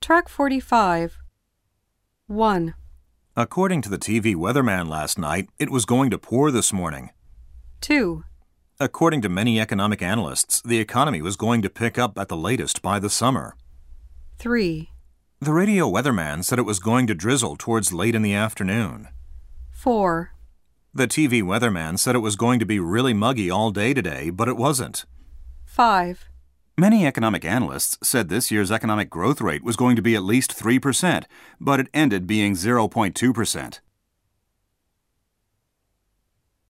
Track 45. 1, According to the TV weatherman last night, it was going to pour this morning. 2, According to many economic analysts, the economy was going to pick up at the latest by the summer. 3, The radio weatherman said it was going to drizzle towards late in the afternoon. 4, The TV weatherman said it was going to be really muggy all day today, but it wasn't. 5, Many economic analysts said this year's economic growth rate was going to be at least 3%, but it ended being 0.2%.